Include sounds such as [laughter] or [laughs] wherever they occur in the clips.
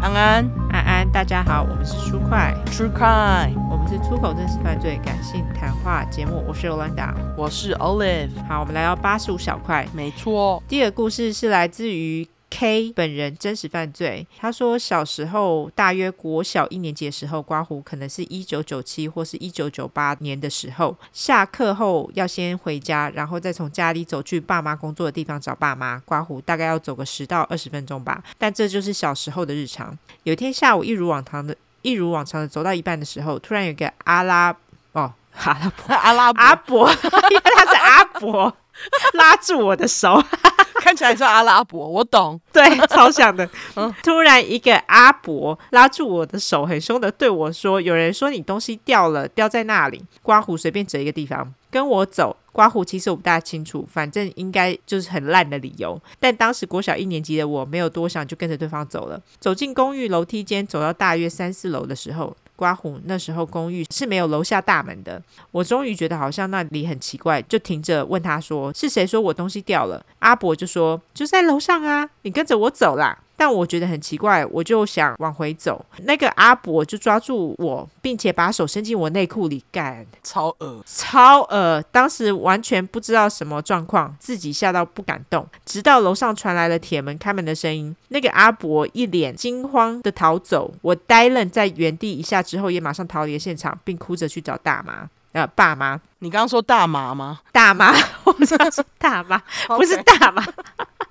安安安，大家好，我们是出快， ，True Crime，我们是出口真实犯罪感性谈话节目，我是 Olanda。我是 Olive，好，我们来到八十五小块，没错，第二个故事是来自于 K 本人真实犯罪。他说，小时候大约国小一年级的时候，刮胡可能是一九九七或是一九九八年的时候，下课后要先回家，然后再从家里走去爸妈工作的地方找爸妈。刮胡大概要走个十到二十分钟吧，但这就是小时候的日常。有一天下午，一如往常的，一如往常的走到一半的时候，突然有一个阿拉哦。阿拉 [laughs] 伯阿拉伯、阿伯， [laughs] 因为他是阿伯，拉住我的手，看起来是阿拉伯， [laughs] 我懂，对，超想的嗯。 [laughs] 突然，一个阿伯拉住我的手，很凶的对我说：“有人说你东西掉了，掉在那里。”刮胡随便指一个地方，跟我走。刮胡其实我不大清楚，反正应该就是很烂的理由。但当时国小一年级的我没有多想，就跟着对方走了。走进公寓楼梯间，走到大约三四楼的时候。刮胡那时候公寓是没有楼下大门的，我终于觉得好像那里很奇怪，就停着问他说：“是谁说我东西掉了？”阿伯就说：“就在楼上啊，你跟着我走啦。”但我觉得很奇怪，我就想往回走。那个阿伯就抓住我，并且把手伸进我内裤里，干，超恶，超呃，当时完全不知道什么状况，自己吓到不敢动。直到楼上传来了铁门开门的声音，那个阿伯一脸惊慌的逃走，我呆愣在原地一下之后，也马上逃离了现场，并哭着去找大妈，呃，爸妈。你刚刚说大麻吗？大妈， [laughs] 我知道是大妈，不是 OK，大妈。 [laughs]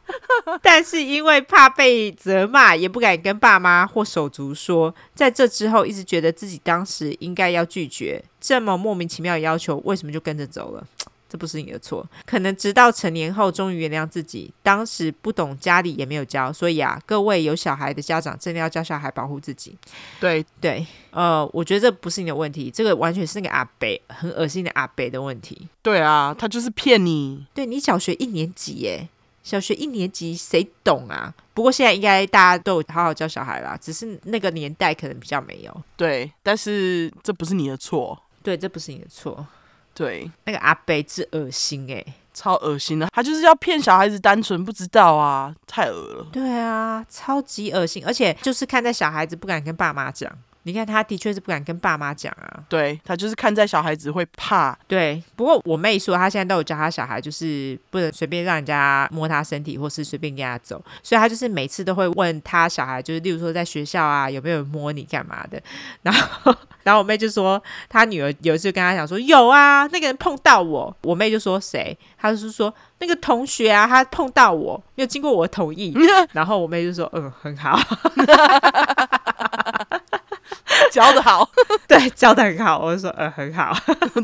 但是因为怕被责骂，也不敢跟爸妈或手足说。在这之后，一直觉得自己当时应该要拒绝这么莫名其妙的要求，为什么就跟着走了？这不是你的错，可能直到成年后终于原谅自己，当时不懂家里也没有教，所以啊，各位有小孩的家长真的要教小孩保护自己。对，对，呃，我觉得这不是你的问题，这个完全是那个阿北很恶心的阿北的问题。对啊，他就是骗你，对你小学一年级耶，小学一年级谁懂啊？不过现在应该大家都有好好教小孩啦，只是那个年代可能比较没有。对，但是这不是你的错，对，这不是你的错。对，那个阿北之恶心哎，超恶心的，他就是要骗小孩子，单纯不知道啊，太恶了，对啊，超级恶心，而且就是看在小孩子不敢跟爸妈讲。你看他的确是不敢跟爸妈讲啊。对他就是看在小孩子会怕， [laughs] 对，不过我妹说她现在都有教她小孩，就是不能随便让人家摸她身体，或是随便跟她走，所以她就是每次都会问她小孩，就是例如说在学校啊有没有人摸你干嘛的，然后然后我妹就说她女儿有一次跟她讲说有啊，那个人碰到我，我妹就说谁，她就是说那个同学啊，他碰到我，没有经过我的同意，然后我妹就说嗯很好， [laughs] 教的好， [laughs] 对教的很好，我就说嗯很好。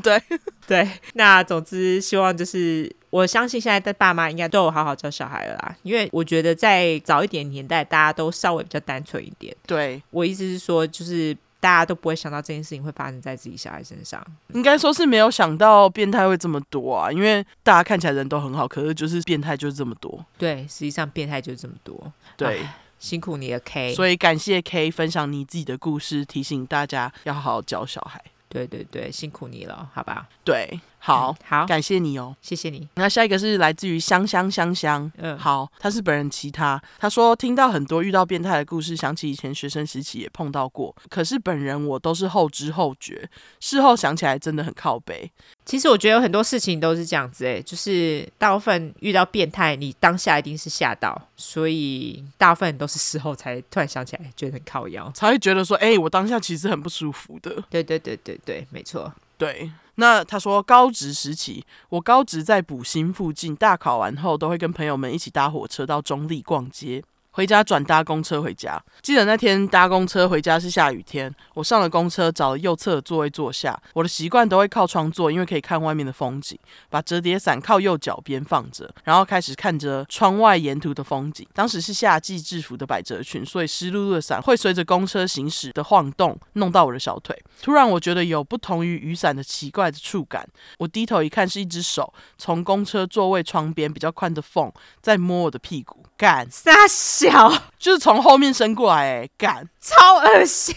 对， [laughs] 对，那总之希望就是。我相信现在的爸妈应该都有好好教小孩了啦，因为我觉得在早一点年代，大家都稍微比较单纯一点。对，我意思是说，就是大家都不会想到这件事情会发生在自己小孩身上。应该说是没有想到变态会这么多啊，因为大家看起来人都很好，可是就是变态就是这么多。对，实际上变态就是这么多，对，辛苦你了 K。所以感谢 K 分享你自己的故事，提醒大家要好好教小孩。对对对，辛苦你了，好吧？对，好，嗯好，感谢你哦。谢谢你。那下一个是来自于香香香香，嗯，好，他是本人其他。他说听到很多遇到变态的故事，想起以前学生时期也碰到过，可是本人我都是后知后觉，事后想起来真的很靠背。其实我觉得有很多事情都是这样子、欸，就是大部分遇到变态，你当下一定是吓到，所以大部分都是事后才突然想起来，觉得很靠腰。才会觉得说，哎、我当下其实很不舒服的。对对对对对，没 [laughs] 错。对，那他说高职时期，我高职在补新附近，大考完后都会跟朋友们一起搭火车到中立逛街。回家转搭公车回家，记得那天搭公车回家是下雨天，我上了公车，找了右侧的座位坐下。我的习惯都会靠窗坐，因为可以看外面的风景。把折叠伞靠右脚边放着，然后开始看着窗外沿途的风景。当时是夏季制服的百褶裙，所以湿漉漉的伞会随着公车行驶的晃动弄到我的小腿。突然，我觉得有不同于雨伞的奇怪的触感。我低头一看，是一只手从公车座位窗边比较宽的缝在摸我的屁股，干，傻小，就是从后面伸过来、欸，干。 [laughs] 超恶心。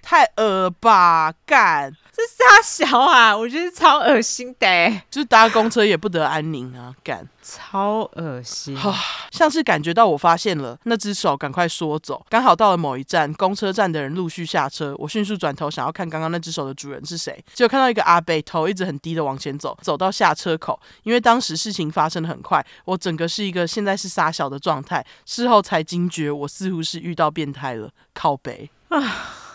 太恶了吧，干！大小啊，我觉得超恶心的欸、就是搭公车也不得安宁啊，干！超恶心。像是感觉到我发现了，那只手赶快缩走。刚好到了某一站，公车站的人陆续下车，我迅速转头想要看刚刚那只手的主人是谁，结果看到一个阿伯头一直很低的往前走，走到下车口。因为当时事情发生的很快，我整个是一个现在是傻小的状态。事后才惊觉，我似乎是遇到变态了，靠北。我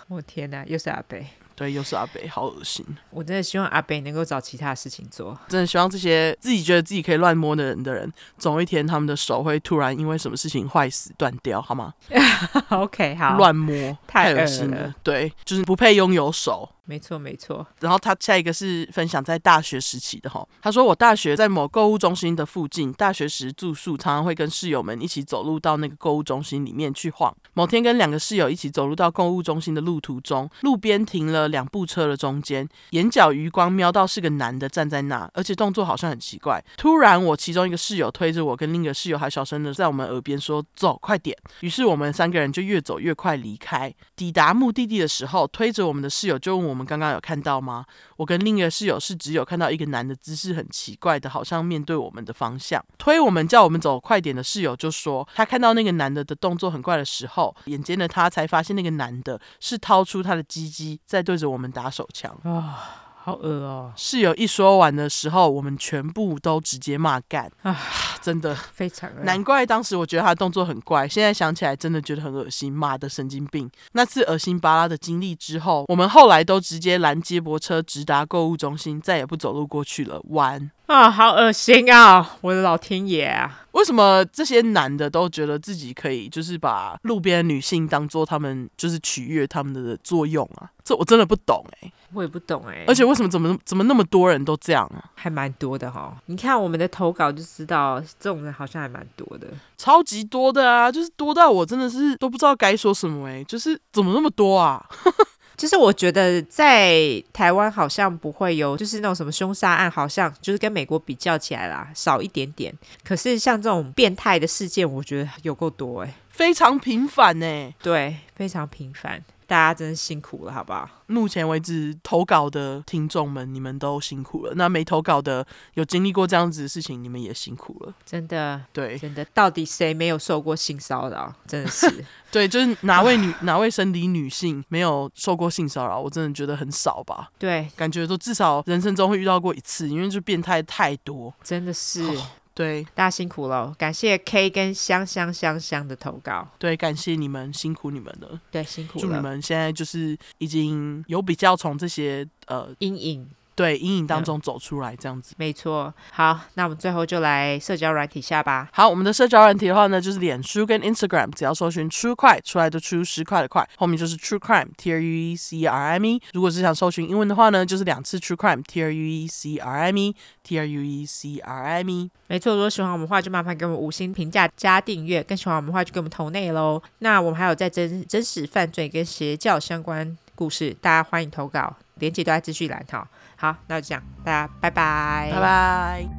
哦天哪，又是阿贝，对，又是阿北，好恶心！我真的希望阿贝能够找其他的事情做。真的希望这些自己觉得自己可以乱摸的人的人，总有一天他们的手会突然因为什么事情坏死断掉，好吗？ [laughs] OK，好，，乱摸，太太恶恶心了了。对，就是不配拥有手。没错没错。然后他下一个是分享在大学时期的哈，他说我大学在某购物中心的附近，大学时住宿常常会跟室友们一起走路到那个购物中心里面去晃。某天跟两个室友一起走路到购物中心的路途中，路边停了两部车的中间，眼角余光瞄到是个男的站在那，而且动作好像很奇怪。突然，我其中一个室友推着我跟另一个室友还小声的在我们耳边说：“走，快点！”于是我们三个人就越走越快离开。抵达目的地的时候，推着我们的室友就问我们刚刚有看到吗？我跟另一个室友是只有看到一个男的姿势很奇怪的，好像面对我们的方向，推我们叫我们走快点的室友就说，他看到那个男的的动作很怪的时候，眼尖的他才发现那个男的是掏出他的鸡鸡在对着我们打手枪。啊、好恶哦、室友一说完的时候，我们全部都直接骂干啊啊！真的，非常恶。难怪当时我觉得他的动作很怪，现在想起来真的觉得很恶心，妈的神经病！那次恶心巴拉的经历之后，我们后来都直接拦接驳车直达购物中心，再也不走路过去了。完，啊、好恶心啊、我的老天爷啊！为什么这些男的都觉得自己可以，就是把路边的女性当做他们就是取悦他们的作用啊？这我真的不懂哎、我也不懂哎、而且为什么怎么怎么那么多人都这样啊？还蛮多的哈、你看我们的投稿就知道，这种人好像还蛮多的。超级多的啊，就是多到我真的是都不知道该说什么哎、就是怎么那么多啊？就是我觉得在台湾好像不会有，就是那种什么凶杀案，好像就是跟美国比较起来啦，少一点点。可是像这种变态的事件，我觉得有够多哎、非常欸频繁呢、对，非常频繁，大家真的辛苦了，好不好？目前为止投稿的听众们，你们都辛苦了。那没投稿的，有经历过这样子的事情，你们也辛苦了。真的，对真的，到底谁没有受过性骚扰？真的 [laughs] 是对，就是哪位女 [laughs] 哪位生理女性没有受过性骚扰，我真的觉得很少吧，对，感觉都至少人生中会遇到过一次，因为就变态太多。真的是。对大家辛苦了，感谢 K 跟香香香香的投稿，对，感谢你们，辛苦你们了，对，辛苦祝你了。们现在就是已经有比较从这些呃阴影，对阴影当中走出来，这样子。没错。好，那我们最后就来社交软体下吧。好，我们的社交软体的话呢，就是脸书跟 Instagram，只要搜寻 True 快出来的 True 十块的快，后面就是 True Crime，T R U E C R I M E。如果是想搜寻英文的话呢，就是两次 True Crime，T R U E C R I M E，T R U E C R I M E。没错，如果喜欢我们的话，就麻烦给我们五星评价加订阅；更喜欢我们的话，就给我们投内喽。那我们还有在真真实犯罪跟邪教相关故事，大家欢迎投稿，连接都在资讯栏哈。好，那就这样，大家拜拜，拜拜。